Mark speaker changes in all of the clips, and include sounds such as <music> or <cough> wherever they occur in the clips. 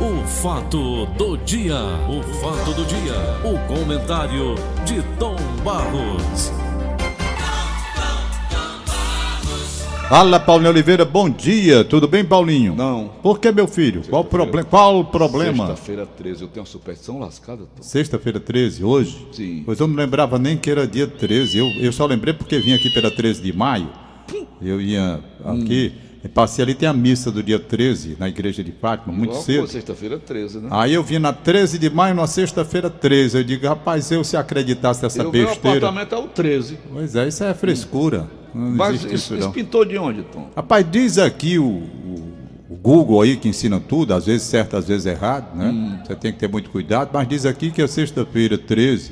Speaker 1: O fato do dia, o fato do dia, o comentário de Tom Barros.
Speaker 2: Fala, Paulinho Oliveira, bom dia. Tudo bem, Paulinho?
Speaker 3: Não.
Speaker 2: Por que, meu filho? Qual o problema? Qual o problema?
Speaker 3: Sexta-feira 13, eu tenho uma superstição lascada, Tom.
Speaker 2: Sexta-feira 13, hoje?
Speaker 3: Sim.
Speaker 2: Pois eu não lembrava nem que era dia 13. Eu, eu só lembrei porque vim aqui pela 13 de maio. Eu ia aqui,
Speaker 3: Hum.
Speaker 2: e passei ali, tem a missa do dia 13, na igreja de Fátima, muito
Speaker 3: Logo,
Speaker 2: cedo.
Speaker 3: Sexta-feira 13, né?
Speaker 2: Aí eu vim na 13 de maio, na sexta-feira 13. Eu digo, rapaz, eu se acreditasse nessa
Speaker 3: eu meu
Speaker 2: besteira.
Speaker 3: apartamento é o 13.
Speaker 2: Pois é, isso é frescura. Não
Speaker 3: Mas
Speaker 2: existe
Speaker 3: isso,
Speaker 2: isso,
Speaker 3: isso
Speaker 2: não.
Speaker 3: pintou de onde, Tom?
Speaker 2: Rapaz, diz aqui o, o- o Google aí que ensina tudo, às vezes certo, às vezes errado, né? Você tem que ter muito cuidado, mas diz aqui que a sexta-feira 13,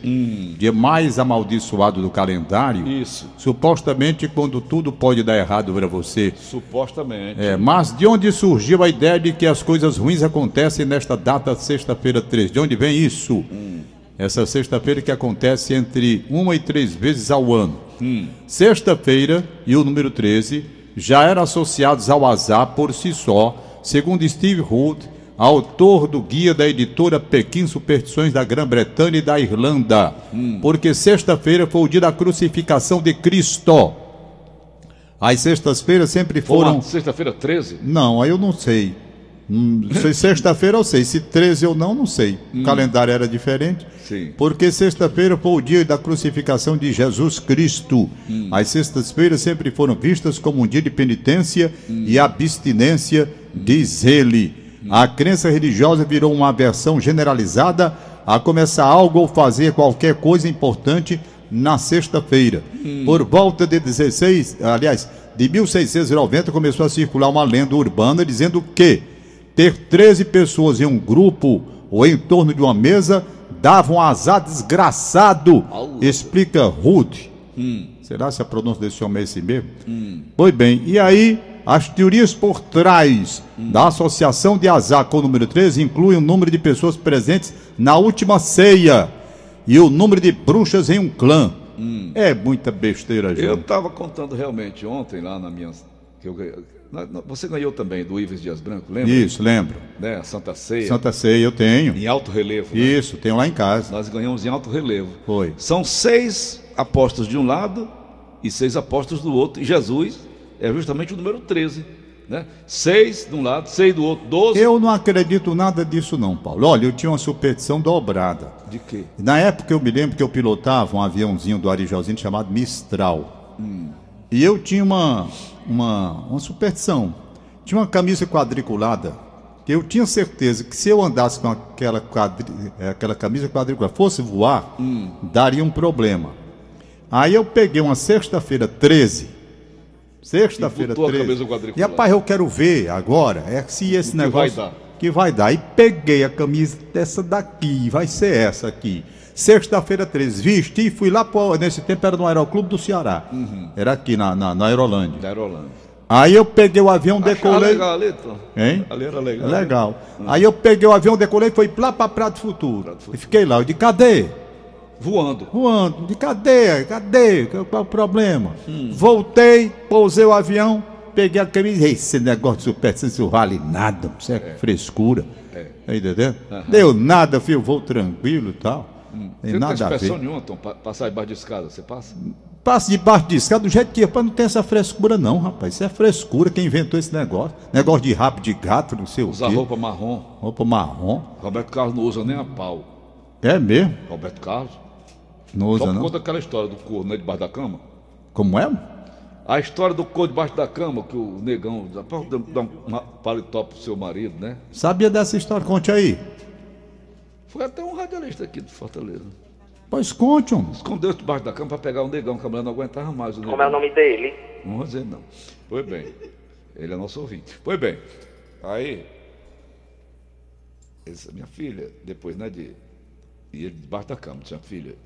Speaker 2: dia mais amaldiçoado do calendário,
Speaker 3: Isso.
Speaker 2: supostamente quando tudo pode dar errado para você.
Speaker 3: Supostamente.
Speaker 2: É, mas de onde surgiu a ideia de que as coisas ruins acontecem nesta data, sexta-feira 13? De onde vem isso? Essa sexta-feira que acontece entre uma e três vezes ao ano. Sexta-feira e o número 13 já eram associados ao azar por si só, segundo Steve Hood, autor do guia da editora Pequim Superstições da Grã-Bretanha e da Irlanda. Porque sexta-feira foi o dia da crucificação de Cristo. As sextas-feiras sempre
Speaker 3: Ou
Speaker 2: foram.
Speaker 3: a Sexta-feira 13?
Speaker 2: Não, aí eu não sei. Hum, se sexta-feira eu sei, se 13 ou não, não sei. O calendário era diferente.
Speaker 3: Sim.
Speaker 2: Porque sexta-feira foi o dia da crucificação de Jesus Cristo. As sextas-feiras sempre foram vistas como um dia de penitência e abstinência, diz ele. A crença religiosa virou uma aversão generalizada a começar algo ou fazer qualquer coisa importante na sexta-feira. Por volta de 16, aliás, de 1690 começou a circular uma lenda urbana dizendo que ter 13 pessoas em um grupo ou em torno de uma mesa dava um azar desgraçado,
Speaker 3: Au.
Speaker 2: explica Rude. Será se a pronúncia desse homem é esse mesmo? Pois bem, e aí as teorias por trás da associação de azar com o número 13 incluem o número de pessoas presentes na última ceia e o número de bruxas em um clã. É muita besteira, gente.
Speaker 3: Eu estava contando realmente ontem lá na minha. Que eu ganhei- na- na- você ganhou também do Ives Dias Branco, lembra?
Speaker 2: Isso, lembro.
Speaker 3: Né? A Santa Ceia.
Speaker 2: Santa Ceia eu tenho.
Speaker 3: Em alto relevo. né?
Speaker 2: Isso, tenho lá em casa.
Speaker 3: Nós ganhamos em alto relevo.
Speaker 2: Foi.
Speaker 3: São seis apóstolos de um lado e seis apóstolos do outro. E Jesus é justamente o número 13. Né? Seis de um lado, seis do outro, doze.
Speaker 2: Eu não acredito nada disso não, Paulo. Olha, eu tinha uma superstição dobrada.
Speaker 3: De quê?
Speaker 2: Na época eu me lembro que eu pilotava um aviãozinho do Ari Josino chamado Mistral. E eu tinha uma, uma, uma superstição. Tinha uma camisa quadriculada que eu tinha certeza que se eu andasse com aquela, quadri- eh, aquela camisa quadriculada, fosse voar, daria um problema. Aí eu peguei uma sexta-feira 13. Sexta-feira
Speaker 3: E botou a
Speaker 2: 13.
Speaker 3: camisa quadriculada.
Speaker 2: E rapaz, eu quero ver agora é se esse
Speaker 3: que
Speaker 2: negócio
Speaker 3: vai dar.
Speaker 2: que vai dar. E peguei a camisa dessa daqui, vai ser essa aqui. Sexta-feira 13, vesti e fui lá, pro, nesse tempo era no Aeroclube do Ceará.
Speaker 3: Uhum.
Speaker 2: Era aqui na, na, na Aerolândia.
Speaker 3: Da Aerolândia.
Speaker 2: Aí eu peguei o avião, decolei.
Speaker 3: legal ali, Tom.
Speaker 2: Hein? É
Speaker 3: Ali era legal. Uhum.
Speaker 2: Legal. Aí eu peguei o avião, decolei e fui lá para Praia do Futuro.
Speaker 3: Praia do Futuro.
Speaker 2: E fiquei lá. Eu disse, cadê?
Speaker 3: Voando.
Speaker 2: Voando. De cadê? Cadê? Qual qual é o problema?
Speaker 3: Hum.
Speaker 2: Voltei, pousei o avião, peguei a camisa. Ei, Esse negócio de superstição, isso vale nada. Isso é, frescura.
Speaker 3: É.
Speaker 2: Tá entendendo? Deu nada, filho. Vou tranquilo e tal. Tem
Speaker 3: Você não
Speaker 2: nada
Speaker 3: tem
Speaker 2: a
Speaker 3: expressão
Speaker 2: ver.
Speaker 3: nenhuma, Tom, pa- passar debaixo de escada. Você passa?
Speaker 2: Passe debaixo de escada do jeito que é, rapaz, não tem essa frescura, não, rapaz. Isso é frescura. Quem inventou esse negócio? Negócio de rabo de gato, não sei
Speaker 3: Usar
Speaker 2: o quê.
Speaker 3: roupa marrom.
Speaker 2: Roupa marrom.
Speaker 3: Roberto Carlos não usa nem a pau.
Speaker 2: É mesmo?
Speaker 3: Roberto Carlos.
Speaker 2: Não usa,
Speaker 3: Só por
Speaker 2: não.
Speaker 3: conta daquela história do corno né, debaixo da cama.
Speaker 2: Como é?
Speaker 3: A história do corno debaixo da cama, que o negão dá pra dar dar um paletó pro seu marido, né?
Speaker 2: Sabia dessa história? Conte aí.
Speaker 3: Foi até um radialista aqui de Fortaleza.
Speaker 2: Pois conte, homem.
Speaker 3: Escondeu debaixo da cama pra pegar um negão, que a mulher não aguentava mais. O negão.
Speaker 4: Como é o nome dele?
Speaker 3: Não vou dizer não. Foi bem. Ele é nosso ouvinte. Foi bem. Aí, essa minha filha, depois, né, de. E ele debaixo da cama, disse, minha filha,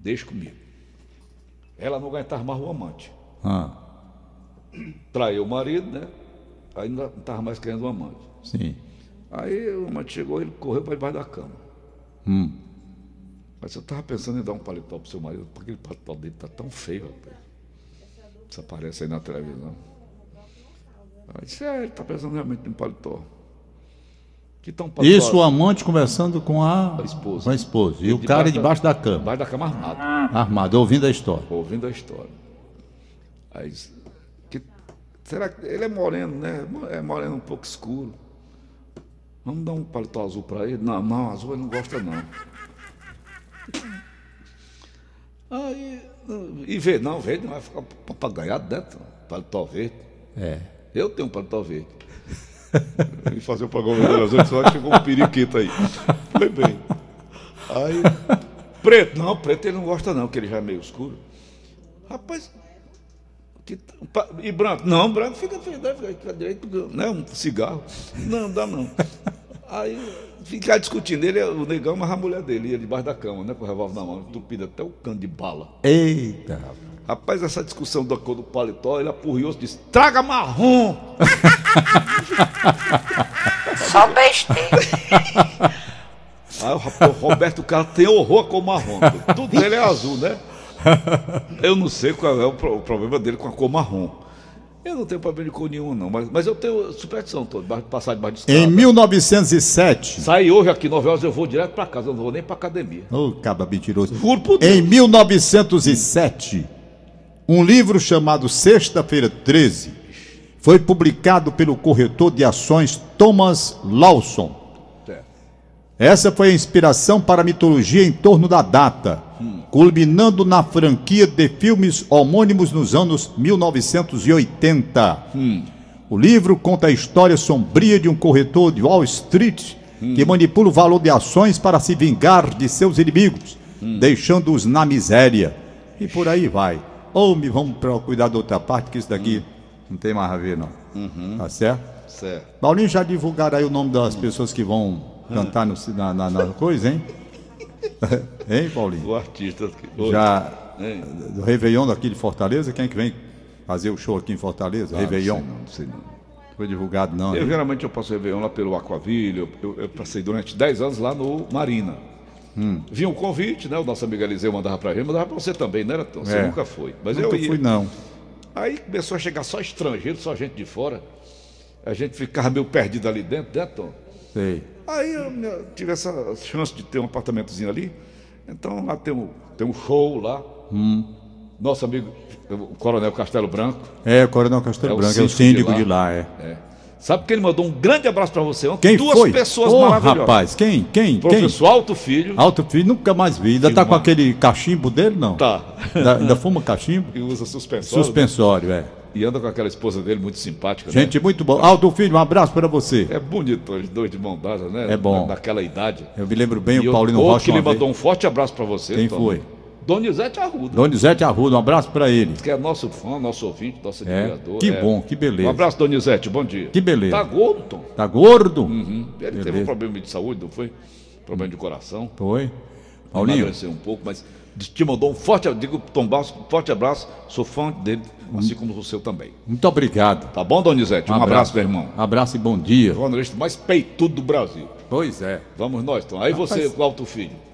Speaker 3: deixa comigo. Ela não aguentava mais o amante.
Speaker 2: Ah,
Speaker 3: Traiu o marido, né? Aí não estava mais querendo o amante.
Speaker 2: sim.
Speaker 3: Aí o amante chegou, ele correu para debaixo da cama. Mas eu estava pensando em dar um paletó pro seu marido, porque aquele paletó dele tá tão feio, rapaz. Isso aparece aí na tá televisão. Aí disse, é, ele está pensando realmente em paletó. um que estão
Speaker 2: Isso o amante conversando com a,
Speaker 3: A esposa.
Speaker 2: Com a esposa. E o
Speaker 3: Debaixo
Speaker 2: cara
Speaker 3: da-
Speaker 2: debaixo da cama,
Speaker 3: Vai da cama armada,
Speaker 2: armado, ouvindo a história.
Speaker 3: ouvindo a história. Aí, diz, que, será que ele é moreno, né? É moreno um pouco escuro. Vamos dar um paletó azul para ele? Não, não, azul ele não gosta não. <laughs> Aí, e verde, não, verde não vai ficar papagaiado dentro, paletó verde.
Speaker 2: É.
Speaker 3: Eu tenho um paletó verde. <laughs> E fazer o programa das oito horas chegou um periquito aí. Foi bem. Aí, preto, não, preto ele não gosta não, que ele já é meio escuro. Rapaz, que t- pa- e branco? Não, branco fica verdade, fica fica direito, né? Um cigarro. Não, dá não. Aí ficar discutindo, ele é o negão, mas a mulher dele ia debaixo da cama, né? Com o revólver na mão, entupido até o cano de bala.
Speaker 2: Eita, rapaz.
Speaker 3: Rapaz, essa discussão da cor do paletó, ele apurriou-se e disse: traga marrom!
Speaker 4: Só besteira.
Speaker 3: Aí Ah, o rapaz, o Roberto Carlos tem horror com marrom. Tudo dele é azul, né? Eu não sei qual é o, pro- o problema dele com a cor marrom. Eu não tenho problema de cor nenhuma, não. Mas, mas eu tenho superstição toda, debaixo- passar debaixo de estrada.
Speaker 2: Em 1907.
Speaker 3: Sair hoje aqui, 9 horas, eu vou direto pra casa, eu não vou nem pra academia.
Speaker 2: Ô, caba mentiroso.
Speaker 3: Juro por Deus.
Speaker 2: Em 1907, um livro chamado Sexta-feira 13 foi publicado pelo corretor de ações Thomas Lawson.
Speaker 3: Certo.
Speaker 2: Essa foi a inspiração para a mitologia em torno da data, culminando na franquia de filmes homônimos nos anos 1980. O livro conta a história sombria de um corretor de Wall Street que manipula o valor de ações para se vingar de seus inimigos, deixando-os na miséria. E por aí vai. Ou me vamos pra- cuidar da outra parte, que isso daqui não tem mais a ver, não. Tá certo?
Speaker 3: Certo.
Speaker 2: Paulinho, já divulgaram aí o nome das pessoas que vão
Speaker 3: Ah.
Speaker 2: cantar no, na, na- na coisa,
Speaker 3: <laughs>
Speaker 2: hein? hein, Paulinho?
Speaker 3: O artista aqui. Ah,
Speaker 2: Já
Speaker 3: Hein?
Speaker 2: do Réveillon daqui de Fortaleza, quem é que vem fazer o show aqui em Fortaleza? Réveillon.
Speaker 3: Ah, Não, não sei não.
Speaker 2: Foi divulgado, não.
Speaker 3: Eu
Speaker 2: hein?
Speaker 3: geralmente eu passo Réveillon lá pelo Aquaville, eu, eu- eu passei durante 10 anos lá no Marina.
Speaker 2: Hum.
Speaker 3: Vinha um convite, né? O nosso amigo Eliseu mandava pra gente, mandava pra você também, não era tão? Você
Speaker 2: É.
Speaker 3: nunca foi. Mas eu
Speaker 2: Nunca
Speaker 3: ia.
Speaker 2: fui, não.
Speaker 3: Aí começou a chegar só estrangeiro, só gente de fora. A gente ficava meio perdido ali dentro, né, Tom?
Speaker 2: Sei.
Speaker 3: Aí eu me- tive essa chance de ter um apartamentozinho ali. Então lá tem um, tem um show lá.
Speaker 2: Hum.
Speaker 3: Nosso amigo, o Coronel Castelo Branco.
Speaker 2: É, o Coronel Castelo
Speaker 3: É o
Speaker 2: Branco, é o
Speaker 3: síndico
Speaker 2: síndico
Speaker 3: de
Speaker 2: de lá, é.
Speaker 3: É. Sabe que ele mandou um grande abraço pra você ontem?
Speaker 2: Quem
Speaker 3: Duas
Speaker 2: foi?
Speaker 3: pessoas
Speaker 2: Ô,
Speaker 3: maravilhosas.
Speaker 2: rapaz, quem? Quem?
Speaker 3: Professor Alto Filho.
Speaker 2: Quem? Alto filho, nunca mais vi. Ainda tá
Speaker 3: Filmar.
Speaker 2: com aquele cachimbo dele, não?
Speaker 3: Tá.
Speaker 2: Da- ainda fuma
Speaker 3: <laughs>
Speaker 2: cachimbo?
Speaker 3: E usa suspensório.
Speaker 2: Suspensório, é.
Speaker 3: né? E anda com aquela esposa dele muito simpática. né?
Speaker 2: Gente, muito bom. Alto filho, um abraço para você.
Speaker 3: É bonito, os dois de mão dada, né?
Speaker 2: É bom.
Speaker 3: Na- Naquela idade.
Speaker 2: Eu me lembro bem
Speaker 3: E
Speaker 2: o Paulino
Speaker 3: outro
Speaker 2: Rocha.
Speaker 3: que
Speaker 2: uma
Speaker 3: lhe
Speaker 2: vez.
Speaker 3: mandou um forte abraço pra você.
Speaker 2: Quem
Speaker 3: Tom.
Speaker 2: foi?
Speaker 3: Donizete Arruda.
Speaker 2: Donizete Arruda, um abraço para ele.
Speaker 3: Que é nosso fã, nosso ouvinte, nosso
Speaker 2: É?
Speaker 3: admirador.
Speaker 2: Que
Speaker 3: é.
Speaker 2: bom, que beleza.
Speaker 3: Um abraço, Donizete. Bom dia.
Speaker 2: Que beleza.
Speaker 3: Tá gordo, Tom.
Speaker 2: Tá gordo?
Speaker 3: Hum, Ele teve
Speaker 2: Beleza.
Speaker 3: um problema de saúde, não foi? Problema de coração.
Speaker 2: Foi. Paulinho,
Speaker 3: Emagreceu um pouco, mas te mandou um forte, eu digo, Tom Barros, um forte abraço. Sou fã dele,
Speaker 2: Hum.
Speaker 3: assim como o seu também.
Speaker 2: muito obrigado.
Speaker 3: Tá bom, Donizete? Um, abraço, meu irmão.
Speaker 2: Abraço e bom dia.
Speaker 3: Jornalista mais peitudo do Brasil.
Speaker 2: Pois é.
Speaker 3: Vamos nós, Tom. Aí você,
Speaker 2: Rapaz.
Speaker 3: o alto filho.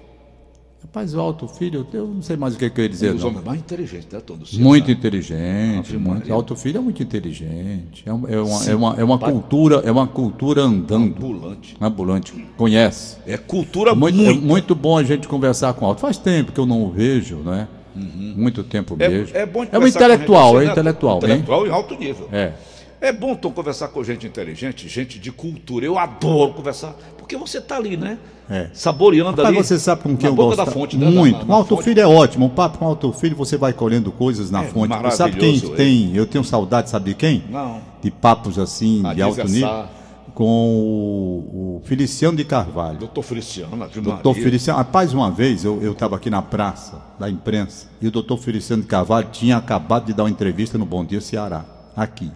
Speaker 2: Rapaz, o Alto Filho, eu não sei mais o que, que eu ia dizer.
Speaker 3: Um dos
Speaker 2: não.
Speaker 3: homens mais inteligentes, né, Tom? do Ceará.
Speaker 2: Muito inteligente,
Speaker 3: Ave
Speaker 2: muito.
Speaker 3: Maria.
Speaker 2: Alto Filho é muito inteligente. É, um- é uma, é, uma, é uma cultura, é uma cultura andando.
Speaker 3: Ambulante.
Speaker 2: Ambulante. Conhece.
Speaker 3: É cultura
Speaker 2: Muito,
Speaker 3: muito.
Speaker 2: é muito bom a gente conversar com o Alto. Faz tempo que eu não o vejo, né? Muito tempo
Speaker 3: É,
Speaker 2: mesmo.
Speaker 3: é bom de
Speaker 2: É um
Speaker 3: conversar
Speaker 2: intelectual,
Speaker 3: com
Speaker 2: é
Speaker 3: gente, né, Tom?
Speaker 2: intelectual, hein?
Speaker 3: Intelectual em alto nível.
Speaker 2: É.
Speaker 3: É bom, Tom, conversar com gente inteligente, gente de cultura. Eu adoro conversar, porque você tá ali, né?
Speaker 2: É.
Speaker 3: Saboreando
Speaker 2: Mas
Speaker 3: ali.
Speaker 2: você sabe com quem
Speaker 3: na
Speaker 2: eu
Speaker 3: boca
Speaker 2: gosto
Speaker 3: da fonte, né?
Speaker 2: muito.
Speaker 3: Da-
Speaker 2: Um
Speaker 3: da- da
Speaker 2: alto
Speaker 3: fonte.
Speaker 2: filho é ótimo. Um papo com alto filho você vai colhendo coisas na fonte. Você sabe quem
Speaker 3: maravilhoso, é.
Speaker 2: tem? Eu tenho saudade, sabe de quem?
Speaker 3: Não.
Speaker 2: De papos assim de
Speaker 3: Adisa
Speaker 2: alto nível
Speaker 3: Sá.
Speaker 2: com o, o Feliciano de Carvalho.
Speaker 3: Doutor Feliciano, Ave
Speaker 2: Doutor
Speaker 3: Maria.
Speaker 2: Feliciano, rapaz, uma vez eu estava aqui na praça da imprensa e o doutor Feliciano de Carvalho tinha acabado de dar uma entrevista no Bom Dia Ceará, aqui.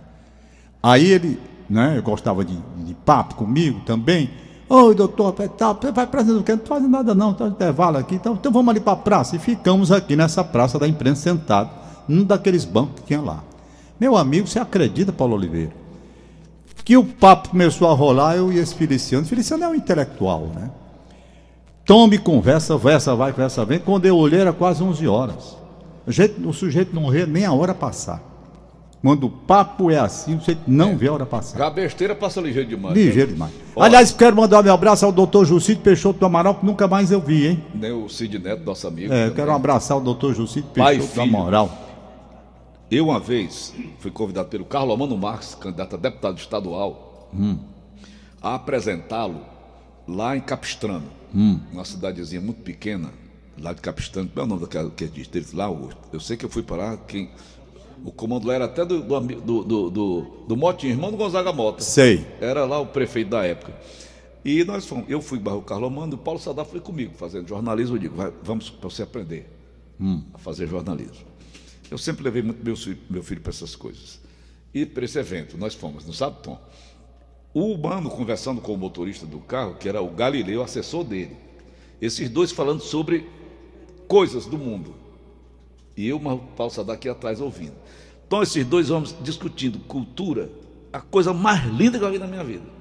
Speaker 2: Aí ele, né, eu gostava de, de papo comigo também. Oi, doutor, tá, tá, vai pra não quero fazer nada não, tá no intervalo aqui, então, então vamos ali pra praça. E ficamos aqui nessa praça da imprensa sentado, num daqueles bancos que tinha lá. Meu amigo, você acredita, Paulo Oliveira? Que o papo começou a rolar, eu e esse Feliciano. Feliciano é um intelectual, né? Tome conversa, conversa vai, conversa vem. Quando eu olhei era quase 11 horas. O, jeito- o sujeito não vê nem a hora passar. Quando o papo é assim, você não vê a hora passar.
Speaker 3: Já a besteira passa ligeiro demais. né?
Speaker 2: Ligeiro demais.
Speaker 3: Olha.
Speaker 2: Aliás, quero mandar meu abraço ao doutor Jucito Peixoto do Amaral, que nunca mais eu vi, hein?
Speaker 3: Né? O Cid Neto, nosso amigo.
Speaker 2: É,
Speaker 3: também.
Speaker 2: quero abraçar o doutor Jucito
Speaker 3: Pai e
Speaker 2: Peixoto do
Speaker 3: filho.
Speaker 2: Amaral.
Speaker 3: Eu, uma vez, fui convidado pelo Carlos Amano Marques, candidato a deputado estadual, a apresentá-lo lá em Capistrano, uma cidadezinha muito pequena, lá de Capistrano, como é o nome daquela que é distrito lá? o- Eu sei que eu fui para lá, quem, o comando lá era até do, do, ami- do, do, do, do Motinha, irmão do Gonzaga Mota.
Speaker 2: Sei.
Speaker 3: Era lá o prefeito da época. E nós fomos, eu fui barro Carlos Amando, o Paulo Sadar foi comigo fazendo jornalismo. Eu digo, vai, vamos para você aprender a fazer jornalismo. Eu sempre levei muito meu, fi- meu filho para essas coisas. E para esse evento, nós fomos no Sabton. O humano conversando com o motorista do carro, que era o Galileu, assessor dele. Esses dois falando sobre coisas do mundo. E eu, uma pausa daqui atrás, ouvindo. Então, esses dois homens discutindo cultura, a coisa mais linda que eu vi na minha vida.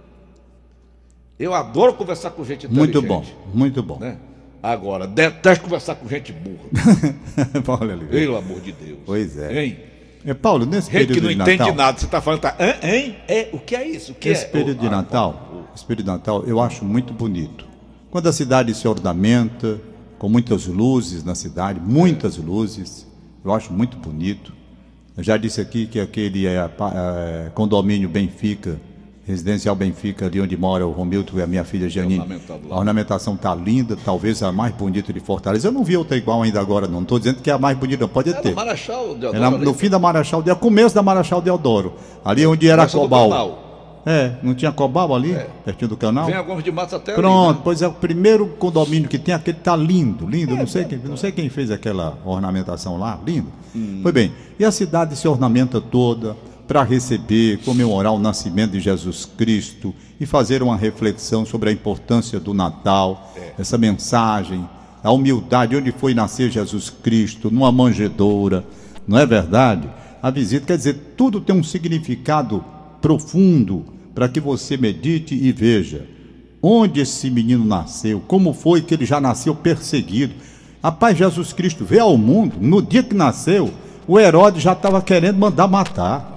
Speaker 3: Eu adoro conversar com gente Tá inteligente.
Speaker 2: Muito bom, muito bom. <laughs>
Speaker 3: Né? Agora, detesto conversar com gente burra.
Speaker 2: Paulo Oliveira.
Speaker 3: Pelo amor de Deus.
Speaker 2: Pois é.
Speaker 3: Hein?
Speaker 2: É, Paulo, nesse
Speaker 3: Gente
Speaker 2: período
Speaker 3: que não
Speaker 2: de
Speaker 3: entende
Speaker 2: Natal,
Speaker 3: nada. Você está falando, tá, hã, hein? É, o que é isso? O que
Speaker 2: Esse
Speaker 3: é?
Speaker 2: período de
Speaker 3: Ah,
Speaker 2: Natal, esse período de Natal, eu acho muito bonito. Quando a cidade se ornamenta, com muitas luzes na cidade, muitas luzes, eu acho muito bonito. Eu já disse aqui que aquele é, pa- é, condomínio Benfica, residencial Benfica, ali onde mora o Romildo e a minha filha Janine.
Speaker 3: É ornamentado lá.
Speaker 2: A ornamentação tá linda, talvez a mais bonita de Fortaleza. Eu não vi outra igual ainda agora, não. Estou dizendo que é a mais bonita, pode
Speaker 3: Era
Speaker 2: ter.
Speaker 3: no Marachal, de
Speaker 2: Era no fim da Marechal Deodoro, é começo da Marechal Deodoro, ali onde era Cobal. É, não tinha Cobal ali, pertinho do canal?
Speaker 3: É. Vem a Gomes de Matos até ali,
Speaker 2: Pronto,
Speaker 3: né?
Speaker 2: pois é, o primeiro condomínio que tem, aquele tá lindo, lindo, não, sei
Speaker 3: é,
Speaker 2: quem, não sei quem fez aquela ornamentação lá, lindo.
Speaker 3: Hum.
Speaker 2: Pois bem, e a cidade se ornamenta toda para receber, comemorar o nascimento de Jesus Cristo e fazer uma reflexão sobre a importância do Natal,
Speaker 3: É.
Speaker 2: essa mensagem, a humildade, onde foi nascer Jesus Cristo, numa manjedoura, não é verdade? A visita, quer dizer, tudo tem um significado profundo para que você medite e veja onde esse menino nasceu, como foi que ele já nasceu perseguido. Rapaz, Jesus Cristo veio ao mundo, no dia que nasceu, o Herodes já estava querendo mandar matar.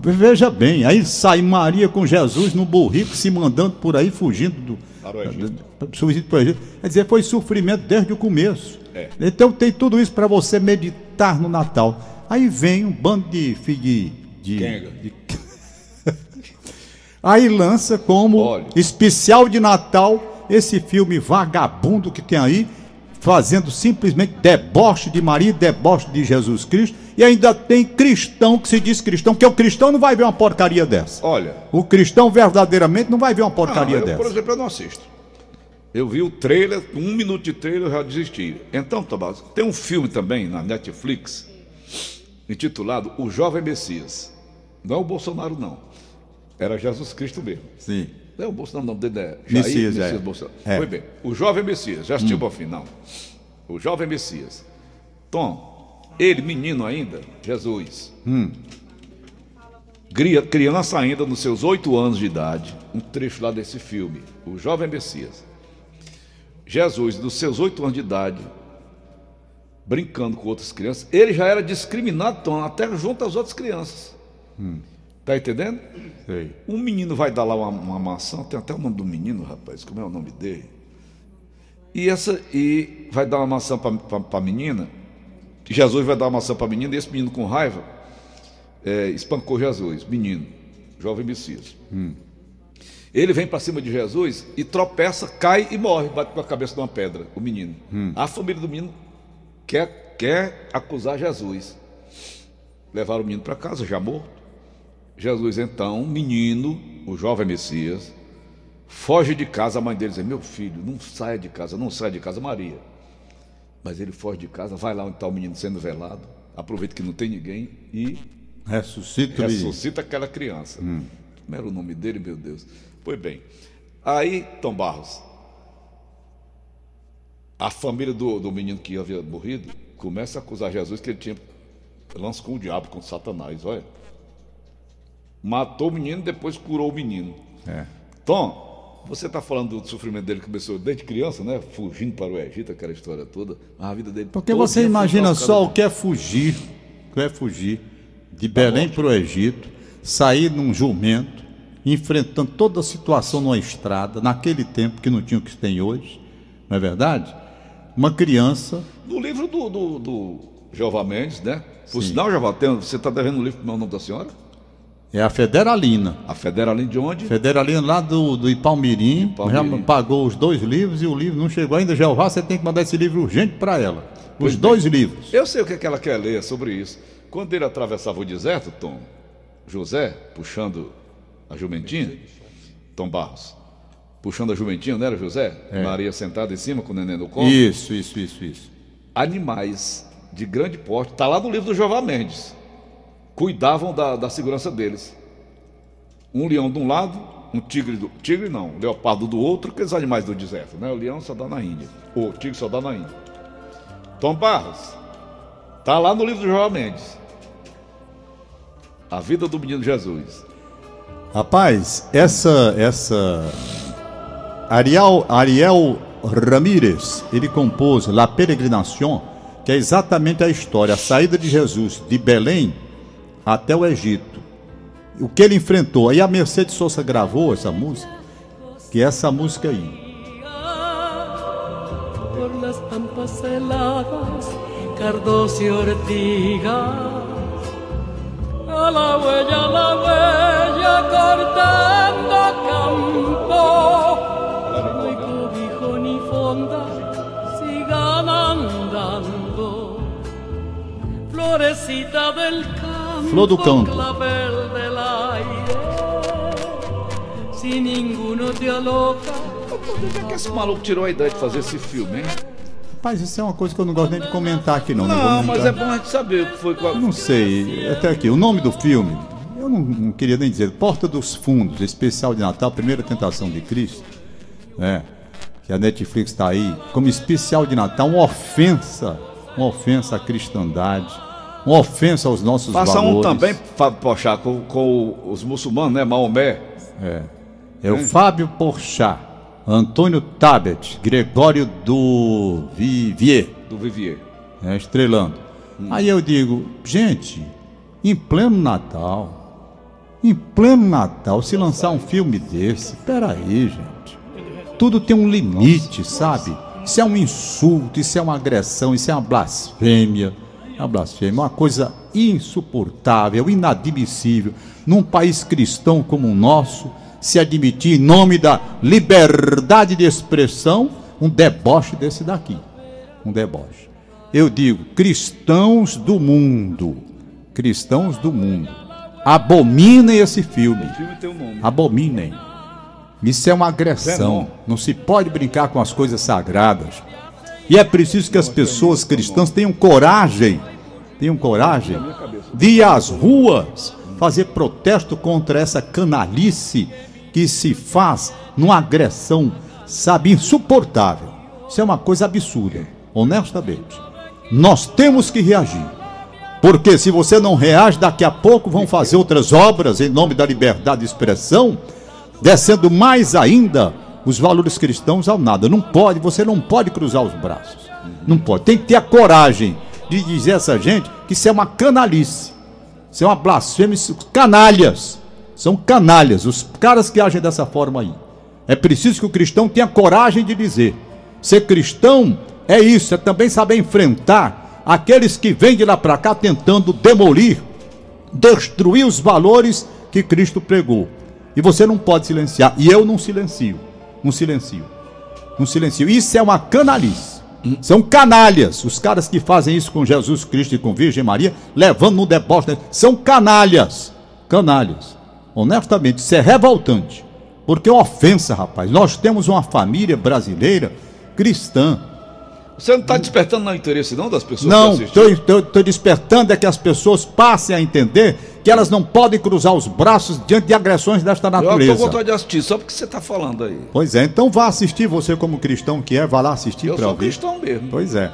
Speaker 2: Veja bem, aí sai Maria com Jesus no burrico, se mandando por aí, fugindo do.
Speaker 3: Para o Egito.
Speaker 2: Fugindo para o Egito. Quer dizer, foi sofrimento desde o começo.
Speaker 3: É.
Speaker 2: Então tem tudo isso para você meditar no Natal. Aí vem um bando de filho de. de-
Speaker 3: Quenga.
Speaker 2: de- <laughs> Aí lança como
Speaker 3: Olha.
Speaker 2: especial de Natal esse filme vagabundo que tem aí, fazendo simplesmente deboche de Maria, deboche de Jesus Cristo, e ainda tem cristão que se diz cristão, porque o cristão não vai ver uma porcaria dessa.
Speaker 3: Olha,
Speaker 2: O cristão verdadeiramente não vai ver uma porcaria
Speaker 3: ah, eu,
Speaker 2: dessa.
Speaker 3: por exemplo, eu não assisto. Eu vi o trailer, com um minuto de trailer eu já desisti. Então, Tomás, tem um filme também na Netflix intitulado O Jovem Messias. Não é o Bolsonaro, não. Era Jesus Cristo mesmo.
Speaker 2: Sim.
Speaker 3: Não é o Bolsonaro, não, dele é Jair
Speaker 2: Messias, é.
Speaker 3: Bolsonaro.
Speaker 2: É. Hum.
Speaker 3: Foi bem. O jovem Messias, já assistiu ao final. O jovem Messias. Tom, ele, menino ainda, Jesus.
Speaker 2: Hum.
Speaker 3: Cria- Criança ainda, nos seus oito anos de idade, um trecho lá desse filme, O Jovem Messias. Jesus, nos seus oito anos de idade, brincando com outras crianças, ele já era discriminado, Tom, até junto às outras crianças.
Speaker 2: Hum.
Speaker 3: Tá entendendo?
Speaker 2: Sei.
Speaker 3: Um menino vai dar lá uma, uma maçã, tem até o nome do menino, rapaz, como é o nome dele? E essa e vai dar uma maçã para a menina. Jesus vai dar uma maçã para a menina, e esse menino com raiva é, espancou Jesus, menino, jovem Messias. Ele vem para cima de Jesus e tropeça, cai e morre, bate com a cabeça numa pedra, o menino. A família do menino quer, quer acusar Jesus. Levaram o menino para casa, já morto. Jesus, então, menino, o jovem Messias, foge de casa. A mãe dele diz: Meu filho, não saia de casa, não saia de casa, Maria. Mas ele foge de casa, vai lá onde está o menino sendo velado, aproveita que não tem ninguém e
Speaker 2: Ressuscita
Speaker 3: ressuscita aquela criança.
Speaker 2: Hum.
Speaker 3: Como era o nome dele, meu Deus? Pois bem, aí, Tom Barros, a família do, do menino que havia morrido começa a acusar Jesus que ele tinha lance com o diabo, com Satanás, olha. Matou o menino, depois curou o menino.
Speaker 2: É.
Speaker 3: Tom, você está falando do sofrimento dele que começou desde criança, né? Fugindo para o Egito, aquela história toda. Mas a vida dele.
Speaker 2: Porque
Speaker 3: todo
Speaker 2: você
Speaker 3: dia foi
Speaker 2: imagina
Speaker 3: calcada
Speaker 2: só o que é fugir, o que é fugir. de Belém
Speaker 3: Tá
Speaker 2: para o Egito, sair num jumento, enfrentando toda a situação numa estrada, naquele tempo que não tinha o que tem hoje, não é verdade? Uma criança,
Speaker 3: No livro do, do, do Jeová Mendes, né? Por
Speaker 2: Sim.
Speaker 3: sinal, Jeová, tem- você está devendo um livro para o nome da senhora?
Speaker 2: é a Federalina.
Speaker 3: A Federalina de onde?
Speaker 2: Federalina lá do, do Ipalmirim,
Speaker 3: Ipalmirim.
Speaker 2: já pagou os dois livros e o livro não chegou ainda. Jeová, você tem que mandar esse livro urgente para ela.
Speaker 3: Pois
Speaker 2: os
Speaker 3: bem.
Speaker 2: dois livros.
Speaker 3: Eu sei o que, é que ela quer ler sobre isso. Quando ele atravessava o deserto, Tom, José, puxando a jumentinha, Tom Barros, puxando a jumentinha, não era José? Maria sentada em cima com o neném no colo.
Speaker 2: É. Isso, isso, isso, isso.
Speaker 3: Animais de grande porte, está lá no livro do Jová Mendes, cuidavam da, da segurança deles. Um leão de um lado, um tigre do. Tigre não, um leopardo do outro, aqueles animais do deserto, né? O leão só dá na Índia. O tigre só dá na Índia. Tom Barros, Tá lá no livro do João Mendes. A vida do menino Jesus.
Speaker 2: Rapaz, essa essa Ariel Ariel Ramírez, ele compôs La Peregrinación, que é exatamente a história, a saída de Jesus de Belém até o Egito. O que ele enfrentou. Aí a Mercedes Sosa gravou essa música, que é essa música aí.
Speaker 5: por las pampas heladas, cardos y ortigas. A la huella, a la huella, cortando campo. No hay cobijo ni fonda, sigan andando. Florecita del campo,
Speaker 2: Flor do campo.
Speaker 5: clavel del aire. Si ninguno te aloca,
Speaker 3: Onde é que esse maluco tirou a ideia de fazer esse filme, hein?
Speaker 2: Rapaz, isso é uma coisa que eu não gosto nem de comentar aqui não. vou
Speaker 3: Não, mas
Speaker 2: comentar.
Speaker 3: é bom a gente saber o que foi. Qual...
Speaker 2: Não sei, até aqui. O nome do filme, eu não, não queria nem dizer. Porta dos Fundos, especial de Natal, Primeira Tentação de Cristo. né? que a Netflix está aí, como especial de Natal, uma ofensa. Uma ofensa à cristandade. Uma ofensa aos nossos
Speaker 3: Passa um
Speaker 2: valores.
Speaker 3: também, Fábio Pochá, com, com os muçulmanos, né? Maomé.
Speaker 2: É o Fábio Porchat, Antônio Tabet, Gregório do Vivier.
Speaker 3: Do Vivier.
Speaker 2: né, estrelando. Aí eu digo, gente, em pleno Natal, em pleno Natal, se lançar um filme desse, peraí, gente. Tudo tem um limite, sabe? Isso é um insulto, isso é uma agressão, isso é uma blasfêmia. É Uma blasfêmia, uma coisa insuportável, inadmissível. Num país cristão como o nosso, se admitir em nome da liberdade de expressão um deboche desse daqui. Um deboche. Eu digo, cristãos do mundo, cristãos do mundo, abominem esse filme.
Speaker 3: O filme tem um nome.
Speaker 2: Abominem. Isso é uma agressão.
Speaker 3: Zenon.
Speaker 2: Não se pode brincar com as coisas sagradas. E é preciso que as pessoas cristãs tenham coragem, tenham coragem de ir às ruas fazer protesto contra essa canalice que se faz numa agressão, sabe, insuportável. Isso é uma coisa absurda, honestamente. Nós temos que reagir. Porque se você não reage, daqui a pouco vão fazer outras obras em nome da liberdade de expressão, descendo mais ainda os valores cristãos ao nada. Não pode, você não pode cruzar os braços. Não pode. Tem que ter a coragem de dizer a essa gente que isso é uma canalice. Isso é uma blasfêmia, isso- canalhas. São canalhas, os caras que agem dessa forma aí. É preciso que o cristão tenha coragem de dizer. Ser cristão é isso, é também saber enfrentar aqueles que vêm de lá para cá tentando demolir, destruir os valores que Cristo pregou. E você não pode silenciar. E eu não silencio. Não silencio. Não silencio. Isso é uma canalice. São canalhas. Os caras que fazem isso com Jesus Cristo e com Virgem Maria, levando no deboche. né? São canalhas. Canalhas. Honestamente, isso é revoltante. Porque é uma ofensa, rapaz. Nós temos uma família brasileira cristã.
Speaker 3: Você não está despertando não interesse não das pessoas
Speaker 2: Não,
Speaker 3: que assistem?
Speaker 2: estou despertando é que as pessoas passem a entender que elas não podem cruzar os braços diante de agressões desta
Speaker 3: Eu
Speaker 2: natureza.
Speaker 3: estou com vontade de assistir, só porque você está falando aí.
Speaker 2: Pois é, então vá assistir, você como cristão que é, vá lá assistir
Speaker 3: Eu
Speaker 2: para
Speaker 3: sou
Speaker 2: ouvir.
Speaker 3: cristão mesmo.
Speaker 2: Pois é.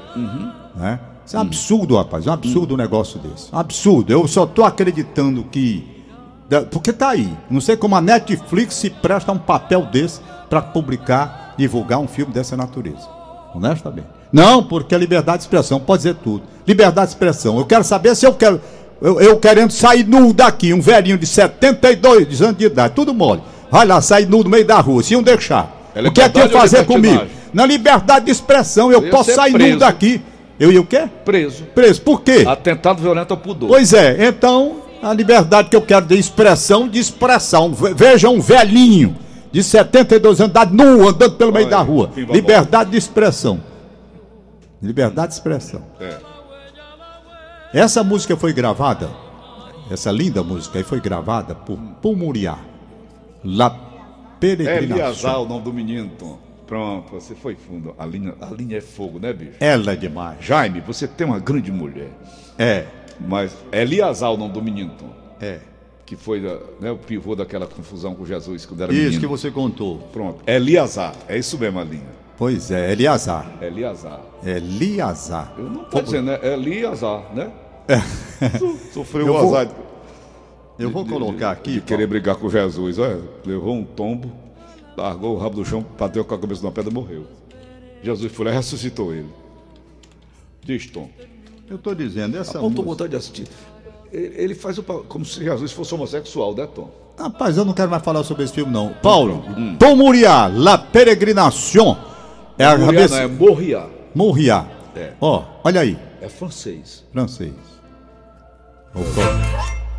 Speaker 2: Né? Isso é um absurdo, rapaz. É um absurdo um negócio desse. Absurdo. Eu só tô acreditando que. da- Porque tá aí. Não sei como a Netflix se presta a um papel desse para publicar, divulgar um filme dessa natureza. é Honestamente. Não, porque a liberdade de expressão pode dizer tudo. Liberdade de expressão. Eu quero saber se eu quero. Eu, eu querendo sair nu daqui, um velhinho de 72 anos de idade, tudo mole. Vai lá, sair nu no meio da rua, se não deixar.
Speaker 3: É
Speaker 2: o que é que eu
Speaker 3: liberdade ou
Speaker 2: fazer comigo?
Speaker 3: libertinagem?
Speaker 2: Na liberdade de expressão, eu,
Speaker 3: Eu ia
Speaker 2: posso
Speaker 3: ser
Speaker 2: sair nu
Speaker 3: preso. Ah.
Speaker 2: daqui. Eu ia o quê?
Speaker 3: Preso.
Speaker 2: Preso. Por quê?
Speaker 3: Atentado violento ao pudor.
Speaker 2: Pois é, então a liberdade que eu quero de expressão, de expressão. Um ve- Veja um velhinho de 72 anos, de idade, nu, andando pelo meio
Speaker 3: Olha,
Speaker 2: da rua.
Speaker 3: que babado.
Speaker 2: Liberdade de expressão. Liberdade de expressão.
Speaker 3: É.
Speaker 2: Essa música foi gravada, essa linda música aí foi gravada por Pumuriá, La
Speaker 3: É
Speaker 2: Peregrinação.
Speaker 3: Eliasar, o nome do menino, Tom. Pronto, você foi fundo. A linha, a linha é fogo, né, bicho?
Speaker 2: Ela é demais.
Speaker 3: Jaime, você tem uma grande mulher.
Speaker 2: É,
Speaker 3: Mas é Eliasar, o nome do menino, Tom.
Speaker 2: é.
Speaker 3: Que foi né, o pivô daquela confusão com Jesus quando era menino.
Speaker 2: Isso que você contou.
Speaker 3: Pronto. Eliasar. É isso mesmo a linha.
Speaker 2: Pois é, Eliazar. é
Speaker 3: Eliasar.
Speaker 2: Eliazar.
Speaker 3: Eu não tô dizendo, né? É Eliasar, né? É. Sofreu
Speaker 2: Eu
Speaker 3: o
Speaker 2: vou
Speaker 3: azar de-
Speaker 2: Eu vou colocar aqui.
Speaker 3: de querer brigar com Jesus. Olha, levou um tombo, largou o rabo do chão, bateu com a cabeça numa pedra e morreu. Jesus foi lá e ressuscitou ele. Diz Tom.
Speaker 2: Eu tô dizendo, essa
Speaker 3: Tom, tô
Speaker 2: música.
Speaker 3: vontade de assistir. Ele ele faz o pa- como se Jesus fosse homossexual, né, Tom?
Speaker 2: Rapaz, eu não quero mais falar sobre esse filme, não. Paulo, Tom Muriá, La Peregrinación. É a
Speaker 3: Moriá não, é
Speaker 2: cabeça.
Speaker 3: Moriá.
Speaker 2: Muriá.
Speaker 3: É.
Speaker 2: Ó, olha aí,
Speaker 3: É francês.
Speaker 2: francês.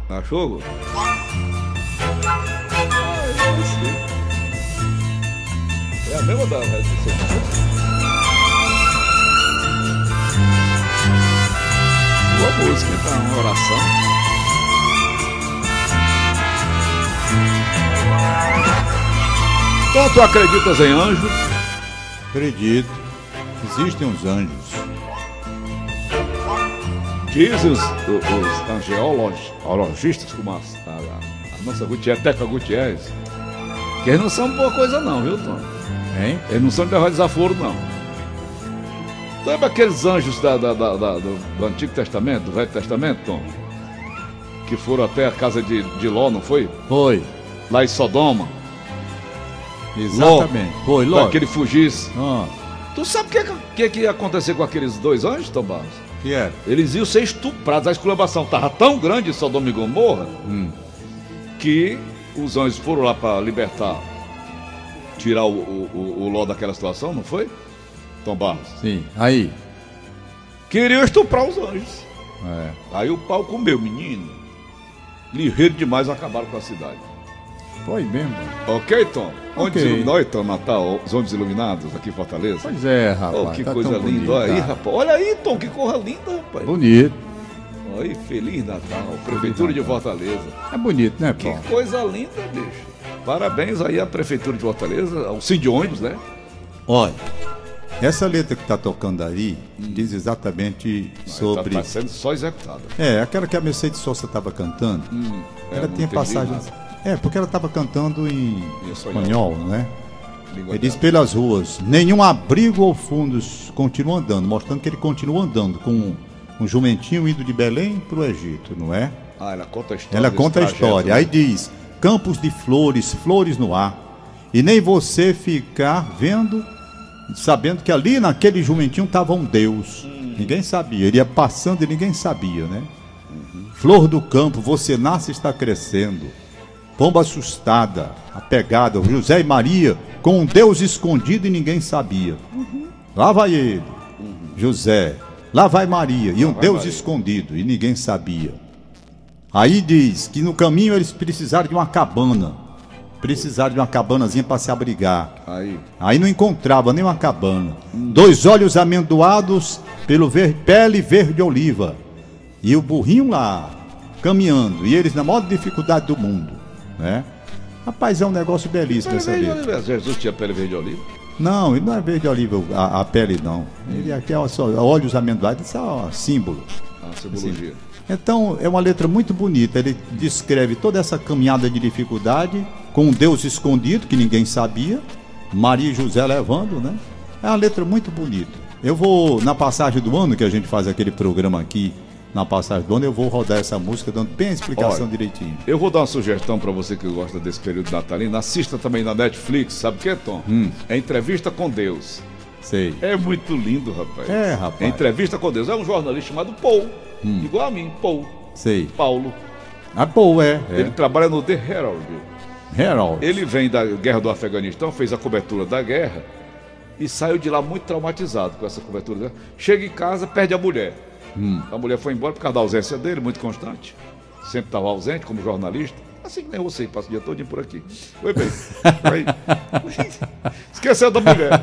Speaker 3: Achou? É a mesma da ressurreição. Boa música, tá? Uma oração. Então, tu acreditas em anjo?
Speaker 2: Acredito, existem uns anjos.
Speaker 3: Dizem os, os, os angeólogos, ologistas, como a, a, a nossa Gutierrez, Teca Gutierrez, que eles não são boa coisa não, viu, Tom?
Speaker 2: Hein?
Speaker 3: Eles não são de levar desaforo, não. Sabe aqueles anjos da- da- da- da- do, do Antigo Testamento, do Velho Testamento, Tom? Que foram até a casa de, de Ló, não foi?
Speaker 2: Foi,
Speaker 3: Lá em Sodoma.
Speaker 2: exatamente. Foi,
Speaker 3: Para
Speaker 2: logo.
Speaker 3: que ele fugisse.
Speaker 2: Ah,
Speaker 3: Tu sabe o que, que, é que ia acontecer com aqueles dois anjos, Tom Barros?
Speaker 2: que era?
Speaker 3: Eles iam ser estuprados. A esculhambação estava tão grande em Sodoma e Gomorra que os anjos foram lá para libertar, tirar o, o, o- o Ló daquela situação, não foi? Tom Barros.
Speaker 2: Sim, aí.
Speaker 3: Queriam estuprar os anjos.
Speaker 2: É.
Speaker 3: Aí o pau comeu, menino. Ligeiro demais, acabaram com a cidade.
Speaker 2: Foi mesmo.
Speaker 3: Ok, Tom? Onde
Speaker 2: Ok.
Speaker 3: nós, Tom Natal, os homens iluminados aqui em Fortaleza?
Speaker 2: Pois é,
Speaker 3: Oh,
Speaker 2: rapaz.
Speaker 3: que
Speaker 2: tá
Speaker 3: coisa
Speaker 2: tão
Speaker 3: linda.
Speaker 2: bonito,
Speaker 3: Olha aí,
Speaker 2: tá?
Speaker 3: rapaz. Olha aí, Tom, que corra linda, rapaz.
Speaker 2: Bonito.
Speaker 3: Olha aí, Feliz Natal, Prefeitura de Fortaleza.
Speaker 2: É bonito, né,
Speaker 3: Que
Speaker 2: Paulo?
Speaker 3: coisa linda, bicho. Parabéns aí à Prefeitura de Fortaleza, ao Cid Ônibus, né?
Speaker 2: Olha, essa letra que tá tocando aí diz exatamente
Speaker 3: tá
Speaker 2: sobre.
Speaker 3: Está sendo só executada.
Speaker 2: É, aquela que a Mercedes Sosa estava cantando,
Speaker 3: é,
Speaker 2: ela
Speaker 3: não
Speaker 2: tem
Speaker 3: entendi
Speaker 2: passagem.
Speaker 3: nada.
Speaker 2: É, porque ela estava cantando em
Speaker 3: Em espanhol.
Speaker 2: espanhol, né?
Speaker 3: Língua
Speaker 2: Ele diz
Speaker 3: dela.
Speaker 2: pelas ruas, nenhum abrigo ou fundos continua andando, mostrando que ele continua andando com um, um jumentinho indo de Belém para o Egito, não é?
Speaker 3: Ah, ela conta a história.
Speaker 2: Ela
Speaker 3: desse
Speaker 2: conta a
Speaker 3: trajeto,
Speaker 2: história.
Speaker 3: né?
Speaker 2: Aí diz: campos de flores, flores no ar. E nem você ficar vendo, sabendo que ali naquele jumentinho estava um Deus.
Speaker 3: Hum.
Speaker 2: Ninguém sabia. Ele ia passando e ninguém sabia, né? Flor do campo, você nasce e está crescendo. Pomba assustada, apegada, José e Maria, com um Deus escondido e ninguém sabia.
Speaker 3: Uhum.
Speaker 2: Lá vai ele, José. Lá vai Maria, e um
Speaker 3: vai
Speaker 2: Deus
Speaker 3: Maria.
Speaker 2: escondido, e ninguém sabia. Aí diz que no caminho eles precisaram de uma cabana. Precisaram de uma cabanazinha para se abrigar.
Speaker 3: Aí.
Speaker 2: Aí não encontrava nenhuma cabana. Dois olhos amendoados pelo ver- pele verde oliva. E o burrinho lá, caminhando. E eles na maior dificuldade do mundo. Né? Rapaz, é um negócio belíssimo
Speaker 3: Pele
Speaker 2: essa
Speaker 3: verde
Speaker 2: letra.
Speaker 3: oliva. Jesus tinha pele verde oliva.
Speaker 2: Não, ele não é verde oliva a, a pele, não. Ele aqui é só olhos amendoados, isso é um símbolo.
Speaker 3: A simbologia.
Speaker 2: Então, é uma letra muito bonita. Ele descreve toda essa caminhada de dificuldade com um Deus escondido que ninguém sabia, Maria e José levando, né? É uma letra muito bonita. Eu vou, na passagem do ano, que a gente faz aquele programa aqui, na passagem do ano, eu vou rodar essa música dando bem a explicação
Speaker 3: Olha.
Speaker 2: direitinho.
Speaker 3: Eu vou dar uma sugestão para você que gosta desse período natalino. Assista também na Netflix, sabe o que, Tom?
Speaker 2: Hum.
Speaker 3: É Entrevista com Deus.
Speaker 2: Sei.
Speaker 3: É muito lindo, rapaz.
Speaker 2: É, rapaz. Hum.
Speaker 3: Entrevista com Deus. É um jornalista chamado Paul. Igual a mim, Paul.
Speaker 2: Sei.
Speaker 3: Paulo.
Speaker 2: Ah, boa, é.
Speaker 3: Ele
Speaker 2: é.
Speaker 3: trabalha no The Herald.
Speaker 2: Herald.
Speaker 3: Ele vem da guerra do Afeganistão, fez a cobertura da guerra e saiu de lá muito traumatizado com essa cobertura. Chega em casa, perde a mulher. A mulher foi embora por causa da ausência dele, muito constante. Sempre estava ausente como jornalista. Assim que nem você, passa o dia todo por aqui. Foi bem. Aí, Esqueceu da mulher.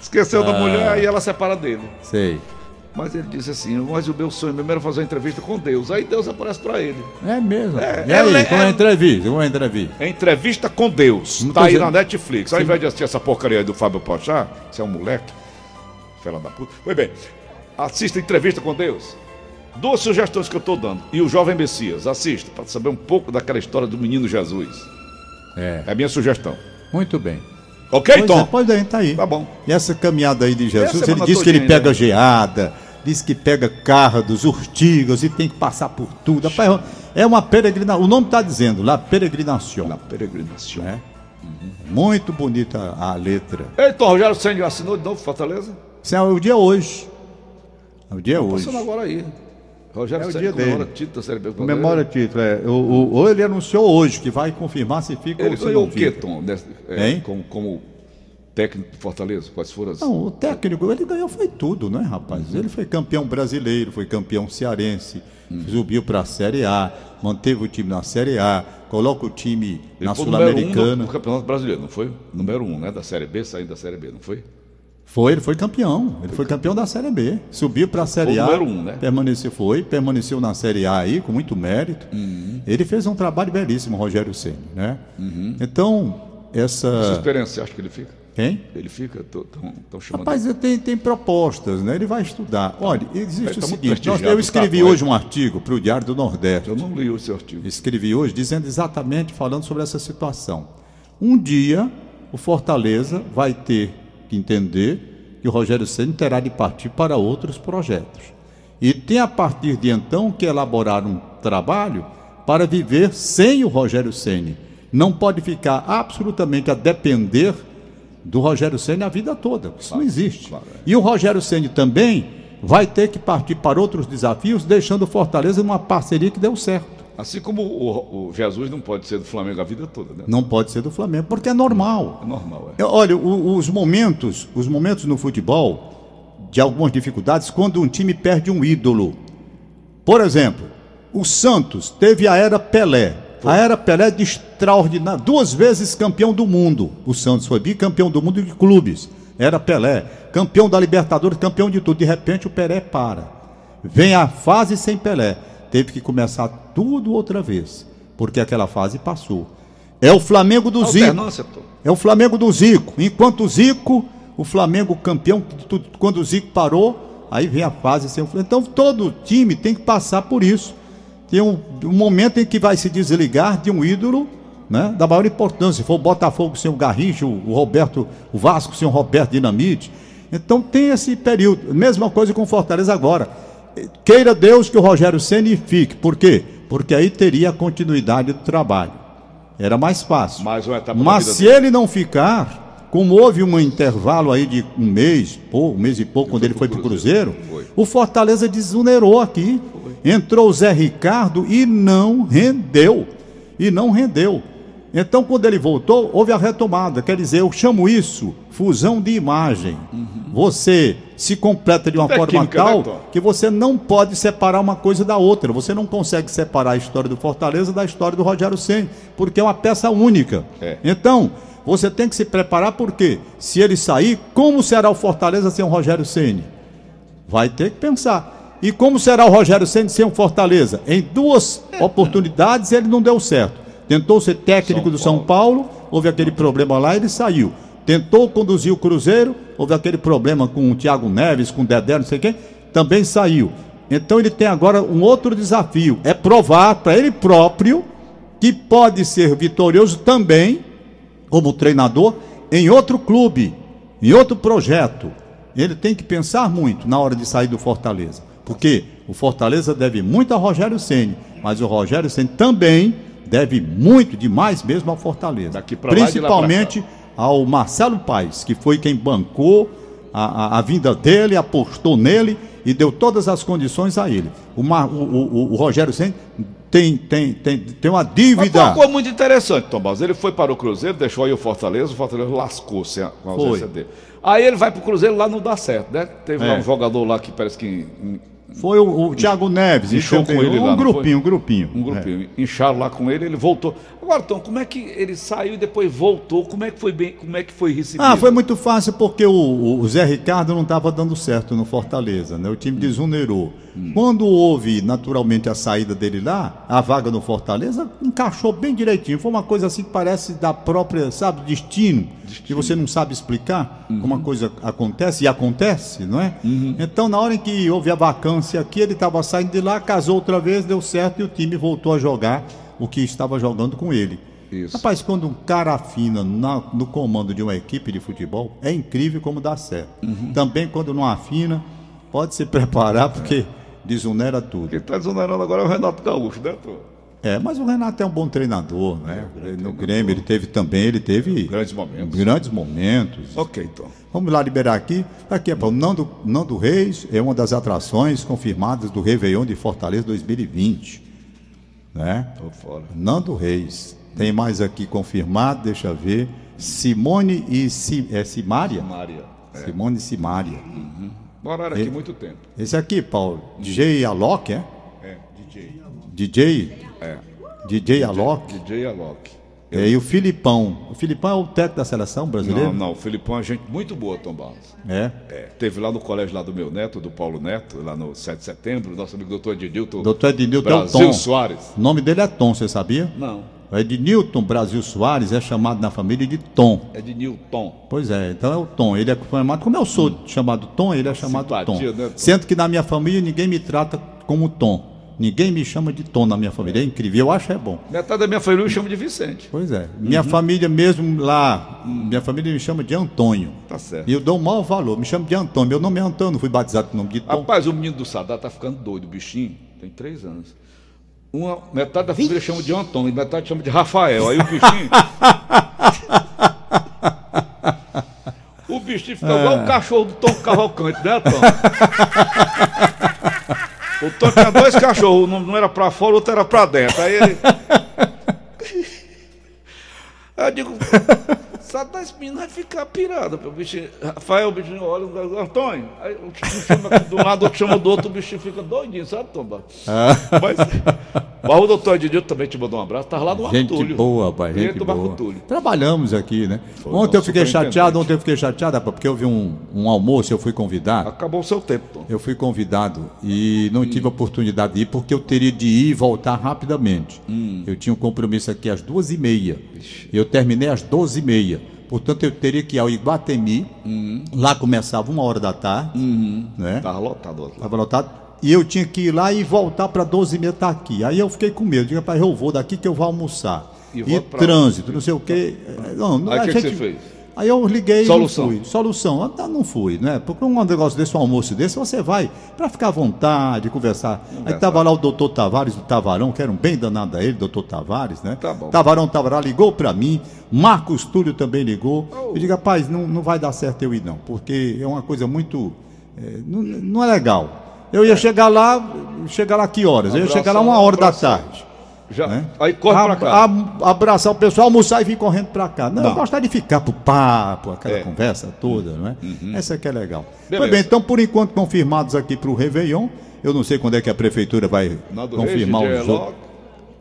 Speaker 3: Esqueceu da mulher e ela separa dele.
Speaker 2: Sei.
Speaker 3: Mas ele disse assim: Mas o meu sonho mesmo era fazer uma entrevista com Deus. Aí Deus aparece para ele.
Speaker 2: É mesmo.
Speaker 3: É,
Speaker 2: e aí,
Speaker 3: ela é-
Speaker 2: como é a entrevista? Como é a entrevista?
Speaker 3: É Entrevista com Deus.
Speaker 2: Não tô
Speaker 3: tá aí
Speaker 2: dizendo.
Speaker 3: na Netflix. Ao invés de assistir essa porcaria aí do Fábio Pochá, você é um moleque, fela da puta. Pois bem, assista Entrevista com Deus. Duas sugestões que eu tô dando. E o Jovem Messias, assista, para saber um pouco daquela história do menino Jesus.
Speaker 2: É.
Speaker 3: É a minha sugestão.
Speaker 2: Muito bem.
Speaker 3: Ok,
Speaker 2: Pois é,
Speaker 3: Tom?
Speaker 2: pois é, tá aí.
Speaker 3: Tá bom.
Speaker 2: E essa caminhada aí de
Speaker 3: É a
Speaker 2: Jesus, ele
Speaker 3: semana
Speaker 2: diz que ele
Speaker 3: todinha
Speaker 2: pega
Speaker 3: ainda.
Speaker 2: geada, diz que pega cardos, urtigas e tem que passar por tudo. Rapaz, é uma peregrinação. O nome está dizendo, lá, peregrinação.
Speaker 3: Na peregrinação.
Speaker 2: né? Muito bonita a letra.
Speaker 3: Ei, Tom Rogério Senhor assinou de novo Fortaleza?
Speaker 2: Isso é o dia hoje. É o dia hoje.
Speaker 3: Passando agora aí. Rogério
Speaker 2: É o
Speaker 3: Senna
Speaker 2: dia
Speaker 3: comemora
Speaker 2: dele.
Speaker 3: título da Série B. do Fortaleza.
Speaker 2: Comemora o título. É. O, o, ou ele anunciou hoje que vai confirmar se fica
Speaker 3: Ele
Speaker 2: ou se
Speaker 3: ganhou
Speaker 2: não
Speaker 3: o quê,
Speaker 2: fica.
Speaker 3: Tom? nessa- é,
Speaker 2: Hein?
Speaker 3: como, como técnico do Fortaleza? Quais foram as.
Speaker 2: Não, o técnico, ele ganhou foi tudo, né, rapaz?
Speaker 3: Uhum.
Speaker 2: Ele foi campeão brasileiro, foi campeão cearense,
Speaker 3: Uhum.
Speaker 2: subiu para a Série A, manteve o time na Série A, coloca o time
Speaker 3: Ele
Speaker 2: na
Speaker 3: foi o número Um
Speaker 2: Sul-Americana.
Speaker 3: no- no Campeonato Brasileiro, não foi? Número um, né? Da Série B, saindo da Série B, não foi?
Speaker 2: Foi, ele foi campeão. Ele foi campeão da Série B. Subiu para a Série
Speaker 3: Foi o
Speaker 2: A.
Speaker 3: número um, né?
Speaker 2: Permaneceu, foi, permaneceu na Série A aí, com muito mérito.
Speaker 3: Uhum.
Speaker 2: Ele fez um trabalho belíssimo, Rogério Ceni, né? Então,
Speaker 3: Sua
Speaker 2: essa.
Speaker 3: experiência, acho que ele fica.
Speaker 2: Quem?
Speaker 3: Ele fica, estão chamando.
Speaker 2: Rapaz, ele tem, tem propostas, né? Ele vai estudar. Olha, existe
Speaker 3: Ele
Speaker 2: o
Speaker 3: tá muito
Speaker 2: seguinte: nós-
Speaker 3: prestigiado,
Speaker 2: eu escrevi
Speaker 3: tá,
Speaker 2: hoje um artigo para o Diário do Nordeste.
Speaker 3: eu não li o seu artigo.
Speaker 2: Escrevi hoje dizendo exatamente, falando sobre essa situação. Um dia, o Fortaleza vai ter que entender que o Rogério Senna terá de partir para outros projetos. E tem, a partir de então, que elaborar um trabalho para viver sem o Rogério Senna. Não pode ficar absolutamente a depender do Rogério Ceni a vida toda. Isso não existe.
Speaker 3: claro, é.
Speaker 2: E o Rogério Ceni também vai ter que partir para outros desafios, deixando o Fortaleza numa parceria que deu certo.
Speaker 3: Assim como o, o Jesus não pode ser do Flamengo a vida toda, né?
Speaker 2: Não pode ser do Flamengo, porque é normal.
Speaker 3: É normal, é.
Speaker 2: Eu- Olha, o- os momentos, os momentos no futebol de algumas dificuldades quando um time perde um ídolo. Por exemplo, o Santos teve a era Pelé. A era Pelé de extraordinário, duas vezes campeão do mundo. O Santos foi bicampeão do mundo de clubes. Era Pelé, campeão da Libertadores, campeão de tudo. De repente o Pelé para. Vem a fase sem Pelé. Teve que começar tudo outra vez, porque aquela fase passou. É o Flamengo do Zico.
Speaker 3: Alternância, Tom.
Speaker 2: É o Flamengo do Zico. Enquanto o Zico, o Flamengo campeão, de tudo. quando o Zico parou, aí vem a fase sem o Flamengo. Então todo time tem que passar por isso. Tem um, um momento em que vai se desligar de um ídolo né, da maior importância. Se for o Botafogo sem o Garrincha, o o Roberto, o Vasco sem o Roberto Dinamite. Então tem esse período. Mesma coisa com o Fortaleza agora. Queira Deus que o Rogério Ceni fique. Por quê? Porque aí teria a continuidade do trabalho. Era mais fácil.
Speaker 3: Mais uma etapa da
Speaker 2: Mas
Speaker 3: vida
Speaker 2: se ele não ficar, como houve um intervalo aí de um mês, pô, um mês e pouco, quando ele foi pro Cruzeiro,
Speaker 3: Foi.
Speaker 2: o Fortaleza desonerou aqui. Entrou o Zé Ricardo e não rendeu. E não rendeu. Então, quando ele voltou, houve a retomada. Quer dizer, eu chamo isso fusão de imagem. Você se completa de uma
Speaker 3: Até
Speaker 2: forma
Speaker 3: química, né,
Speaker 2: tal
Speaker 3: Tom?
Speaker 2: que você não pode separar uma coisa da outra. Você não consegue separar a história do Fortaleza da história do Rogério Ceni, porque é uma peça única.
Speaker 3: É.
Speaker 2: Então, você tem que se preparar porque se ele sair, como será o Fortaleza sem o Rogério Ceni? Vai ter que pensar. E como será o Rogério Ceni sem o Fortaleza? Em duas oportunidades ele não deu certo. Tentou ser técnico
Speaker 3: São
Speaker 2: do São
Speaker 3: Paulo.
Speaker 2: Paulo, houve aquele problema lá, ele saiu. Tentou conduzir o Cruzeiro, houve aquele problema com o Thiago Neves, com o Dedé, não sei quem, também saiu. Então ele tem agora um outro desafio, é provar para ele próprio que pode ser vitorioso também como treinador em outro clube, em outro projeto. Ele tem que pensar muito na hora de sair do Fortaleza, porque o Fortaleza deve muito ao Rogério Ceni, mas o Rogério Ceni também deve muito demais mesmo ao Fortaleza,
Speaker 3: Daqui pra lá e de lá pra cá.
Speaker 2: principalmente ao Marcelo Paes, que foi quem bancou a, a- a vinda dele, apostou nele e deu todas as condições a ele. O, Mar- o- o- o Rogério Senna tem, tem, tem, tem uma
Speaker 3: Mas foi uma
Speaker 2: dívida.
Speaker 3: coisa muito interessante, Tomás. Ele foi para o Cruzeiro, deixou aí o Fortaleza, o Fortaleza lascou-se a- com a ausência
Speaker 2: Foi.
Speaker 3: dele. Aí ele vai para o Cruzeiro, lá não dá certo, né? Teve lá
Speaker 2: É.
Speaker 3: um jogador lá que parece que em-
Speaker 2: Foi o, o Thiago Neves,
Speaker 3: Inchou
Speaker 2: entendeu?
Speaker 3: com ele
Speaker 2: um
Speaker 3: lá, não foi?
Speaker 2: grupinho, um grupinho.
Speaker 3: um
Speaker 2: É.
Speaker 3: grupinho, incharam lá com ele, ele voltou. Agora, Tom, como é que ele saiu e depois voltou? Como é que foi bem, como é que foi recebido?
Speaker 2: Ah, foi muito fácil porque o, o- o Zé Ricardo não estava dando certo no Fortaleza, né? O time desunerou. Quando houve, naturalmente, a saída dele lá, a vaga no Fortaleza encaixou bem direitinho. Foi uma coisa assim que parece da própria, sabe, destino, que você não sabe explicar como a coisa acontece e acontece, não é? Então, na hora em que houve a vacância aqui, ele estava saindo de lá, casou outra vez, deu certo e o time voltou a jogar o que estava jogando com ele.
Speaker 3: Isso.
Speaker 2: Rapaz, quando um cara afina na- no comando de uma equipe de futebol, é incrível como dá certo.
Speaker 3: Uhum.
Speaker 2: Também quando não afina, pode se <laughs> preparar porque desunera é tudo.
Speaker 3: Quem está desonerando agora é o Renato Gaúcho, né, Tom?
Speaker 2: É, mas o Renato é um bom treinador,
Speaker 3: É,
Speaker 2: né? no Grêmio ele teve também, ele teve
Speaker 3: um Grandes momentos.
Speaker 2: grandes momentos.
Speaker 3: Ok, Tom.
Speaker 2: Vamos lá liberar aqui. Aqui é para o Nando, Nando Reis, é uma das atrações confirmadas do Réveillon de Fortaleza 2020. Né?
Speaker 3: Tô fora.
Speaker 2: Nando Reis. Tem mais aqui confirmado, deixa eu ver. Simone e Si- é Simária? É.
Speaker 3: Maria.
Speaker 2: Simone e Simária.
Speaker 3: Moraram aqui muito tempo.
Speaker 2: Esse aqui, Paulo, DJ Alok, é?
Speaker 3: É, DJ.
Speaker 2: DJ?
Speaker 3: É.
Speaker 2: DJ Alok.
Speaker 3: DJ Alok.
Speaker 2: É, e o Filipão. O Filipão é o técnico da seleção brasileira?
Speaker 3: Não, não, o Filipão é gente muito boa, Tom Barros.
Speaker 2: É.
Speaker 3: É, teve lá no colégio lá do meu neto, do Paulo Neto, lá no 7 de setembro, nosso amigo doutor Edilton.
Speaker 2: Doutor Ednilton é o
Speaker 3: Brasil
Speaker 2: Tom.
Speaker 3: Soares.
Speaker 2: O nome dele é Tom, você sabia?
Speaker 3: Não,
Speaker 2: O Ednilton É Brasil Soares é chamado na família de Tom.
Speaker 3: é de Newton.
Speaker 2: Pois é, então é o Tom. Ele é chamado, como eu sou chamado Tom, ele é chamado
Speaker 3: Simpatia,
Speaker 2: Tom.
Speaker 3: né, Tom?
Speaker 2: Sendo que na minha família ninguém me trata como Tom. Ninguém me chama de Tom na minha família. É incrível, eu acho é bom.
Speaker 3: Metade da minha família eu chamo de Vicente.
Speaker 2: Pois é. Minha
Speaker 3: Uhum.
Speaker 2: família mesmo lá, minha família me chama de Antônio.
Speaker 3: Tá certo.
Speaker 2: E eu dou um mau valor, me chamo de Antônio. Meu nome é Antônio, não fui batizado com o nome de Tom.
Speaker 3: Rapaz, o menino do Sadar tá ficando doido, o bichinho. Tem três anos. Uma, metade da família chama de Antônio, metade chama de Rafael. Aí o bichinho. o bichinho ficou igual o cachorro do Tom Cavalcante, né, Tom? o Tom tinha dois cachorros, um não era pra fora, o outro era pra dentro. Aí ele. Aí eu digo, <laughs> Sabe esse menino vai ficar pirado. O bichinho, Rafael, o bichinho olha, o Antônio, aí o bichinho chama de um lado, o outro chama do outro, o bichinho fica doidinho, sabe, Tomba?
Speaker 2: Ah.
Speaker 3: Mas, mas o doutor Edilto também te mandou um abraço, estava lá no
Speaker 2: Gente
Speaker 3: Artúlio.
Speaker 2: boa, pai,
Speaker 3: Ele
Speaker 2: gente
Speaker 3: do Marco
Speaker 2: boa.
Speaker 3: Túlio.
Speaker 2: Trabalhamos aqui, né?
Speaker 3: não,
Speaker 2: ontem eu fiquei
Speaker 3: superintendente.
Speaker 2: chateado, ontem eu fiquei chateado, rapaz, porque houve um, um almoço, eu fui convidado.
Speaker 3: Acabou o seu tempo, Tom.
Speaker 2: Eu fui convidado e
Speaker 3: Hum.
Speaker 2: não tive a oportunidade de ir porque eu teria de ir e voltar rapidamente.
Speaker 3: Hum.
Speaker 2: Eu tinha um compromisso aqui às duas e meia. Eu terminei às doze e meia. Portanto, eu teria que ir ao Iguatemi.
Speaker 3: Hum.
Speaker 2: Lá começava uma hora da tarde.
Speaker 3: Uhum.
Speaker 2: Né?
Speaker 3: Estava lotado do outro lado.
Speaker 2: Estava lotado. E eu tinha que ir lá e voltar para 12 e meia estar aqui. Aí eu fiquei com medo. Diga, rapaz, eu vou daqui que eu vou almoçar.
Speaker 3: E
Speaker 2: E,
Speaker 3: volto pra Tá.
Speaker 2: trânsito, não sei o quê. Não, não,
Speaker 3: Aí
Speaker 2: a
Speaker 3: o que que você fez?
Speaker 2: Aí eu liguei
Speaker 3: Solução.
Speaker 2: e não fui. Solução. Ah, Não fui, né? Porque um negócio desse, um almoço desse, você vai para ficar à vontade, conversar. Aí tava lá o doutor Tavares, o Tavarão, que era um bem danado a ele, doutor Tavares, né?
Speaker 3: Tá bom.
Speaker 2: Tavarão Tavará ligou para mim, Marcos Túlio também ligou.
Speaker 3: Oh.
Speaker 2: Eu digo, rapaz, não, não vai dar certo eu ir não, porque é uma coisa muito... é, não, não é legal. Eu
Speaker 3: É.
Speaker 2: ia chegar lá, chegar lá que horas? eu ia
Speaker 3: Abraçar,
Speaker 2: chegar lá uma hora da
Speaker 3: abraçar.
Speaker 2: tarde.
Speaker 3: Já,
Speaker 2: né?
Speaker 3: Aí corre pra
Speaker 2: Ab-
Speaker 3: cá.
Speaker 2: ab- abraçar o pessoal, almoçar e vir correndo pra cá. Não,
Speaker 3: Não.
Speaker 2: eu gosto é de ficar pro papo, aquela
Speaker 3: É. Uhum.
Speaker 2: conversa toda, não é? Essa que é legal.
Speaker 3: Beleza.
Speaker 2: Pois bem, então por enquanto confirmados aqui pro Réveillon. Eu não sei quando é que a prefeitura vai
Speaker 3: Nando Reis,
Speaker 2: confirmar
Speaker 3: DJ
Speaker 2: os
Speaker 3: Alok,
Speaker 2: outros.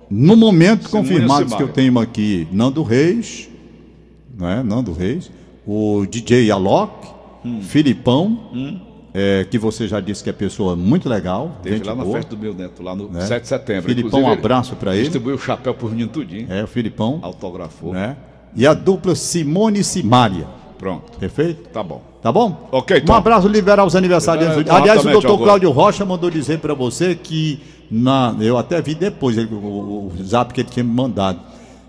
Speaker 2: No momento,
Speaker 3: Simone
Speaker 2: confirmados
Speaker 3: Simaria.
Speaker 2: que eu tenho aqui Nando Reis, não é? Nando Reis, o DJ Alok,
Speaker 3: Hum.
Speaker 2: Filipão, é, que você já disse que é pessoa muito legal.
Speaker 3: Teve
Speaker 2: gente
Speaker 3: lá na
Speaker 2: boa.
Speaker 3: festa do meu neto, lá no
Speaker 2: Né?
Speaker 3: 7 de setembro.
Speaker 2: Filipão,
Speaker 3: Inclusive,
Speaker 2: um
Speaker 3: ele
Speaker 2: abraço pra ele.
Speaker 3: Distribuiu o chapéu por menino tudinho.
Speaker 2: É, o Filipão.
Speaker 3: Autografou.
Speaker 2: né? E a dupla Simone e Simária.
Speaker 3: Pronto.
Speaker 2: Perfeito?
Speaker 3: Tá bom.
Speaker 2: Tá bom?
Speaker 3: Ok,
Speaker 2: Um
Speaker 3: Tom.
Speaker 2: abraço liberar os aniversariantes.
Speaker 3: Liberar,
Speaker 2: Aliás, o
Speaker 3: exatamente,
Speaker 2: doutor
Speaker 3: agora.
Speaker 2: Cláudio Rocha mandou dizer para você que. Na, eu até vi depois ele- o, o zap que ele tinha me mandado.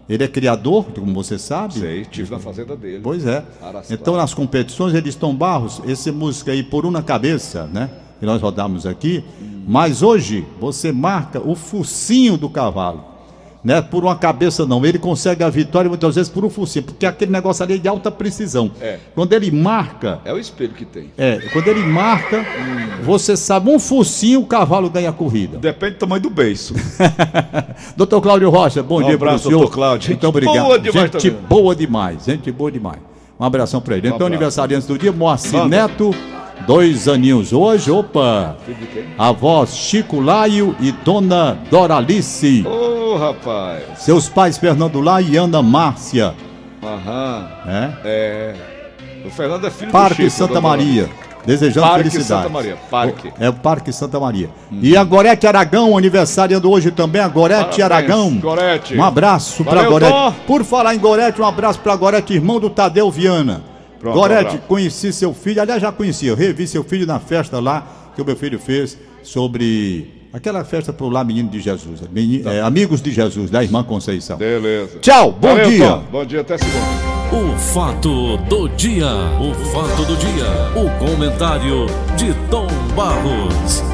Speaker 2: Ele é criador, como você sabe.
Speaker 3: Sei, estive na fazenda dele.
Speaker 2: Pois é.
Speaker 3: Araçatuá.
Speaker 2: Então, nas competições, eles estão barros. Essa música aí, Por Uma Cabeça, né? Que nós rodamos aqui. Mas hoje, você marca o focinho do cavalo. né, por uma cabeça não. Ele consegue a vitória muitas vezes por um focinho, porque aquele negócio ali é de alta precisão.
Speaker 3: É.
Speaker 2: Quando ele marca,
Speaker 3: É o espelho que tem.
Speaker 2: é, quando ele marca, você sabe um focinho, o cavalo ganha a corrida.
Speaker 3: Depende do tamanho do beiço.
Speaker 2: <laughs> Doutor Cláudio Rocha, bom
Speaker 3: Um
Speaker 2: dia para o
Speaker 3: abraço,
Speaker 2: senhor.
Speaker 3: doutor Cláudio.
Speaker 2: Muito
Speaker 3: Gente
Speaker 2: obrigado.
Speaker 3: boa demais
Speaker 2: gente
Speaker 3: também.
Speaker 2: boa demais, gente boa demais. Um abração para ele.
Speaker 3: Um
Speaker 2: então,
Speaker 3: abraço.
Speaker 2: aniversariante do dia, Moacir
Speaker 3: Manda.
Speaker 2: Neto, dois aninhos hoje, opa.
Speaker 3: Filho de quem?
Speaker 2: Avós Chico Laio e Dona Doralice.
Speaker 3: Ô, rapaz.
Speaker 2: Seus pais Fernando Laio e Ana Márcia,
Speaker 3: Aham.
Speaker 2: né?
Speaker 3: É. O Fernando é filho do
Speaker 2: Parque
Speaker 3: Chico.
Speaker 2: Santa
Speaker 3: da dona-
Speaker 2: Maria. Desejando
Speaker 3: Parque
Speaker 2: felicidade.
Speaker 3: Santa Maria, parque. Hum.
Speaker 2: É o Parque Santa Maria. E a Gorete Aragão, aniversariando hoje também. A Gorete
Speaker 3: Parabéns,
Speaker 2: Aragão.
Speaker 3: Gorete.
Speaker 2: Um abraço para
Speaker 3: Valeu,
Speaker 2: Gorete.
Speaker 3: Dó.
Speaker 2: Por falar em Gorete, um abraço para Gorete, irmão do Tadeu Viana.
Speaker 3: Pronto, um
Speaker 2: Gorete,
Speaker 3: abraço.
Speaker 2: conheci seu filho. Aliás, já conheci. Eu revi seu filho na festa lá que o meu filho fez sobre aquela festa pro lá, Menino de Jesus. Meni-
Speaker 3: Tá.
Speaker 2: é, Amigos de Jesus, da irmã Conceição.
Speaker 3: Beleza.
Speaker 2: Tchau, bom
Speaker 3: Valeu,
Speaker 2: dia.
Speaker 3: Tom. Bom dia, até segunda.
Speaker 1: O fato do dia, o fato do dia, o comentário de Tom Barros.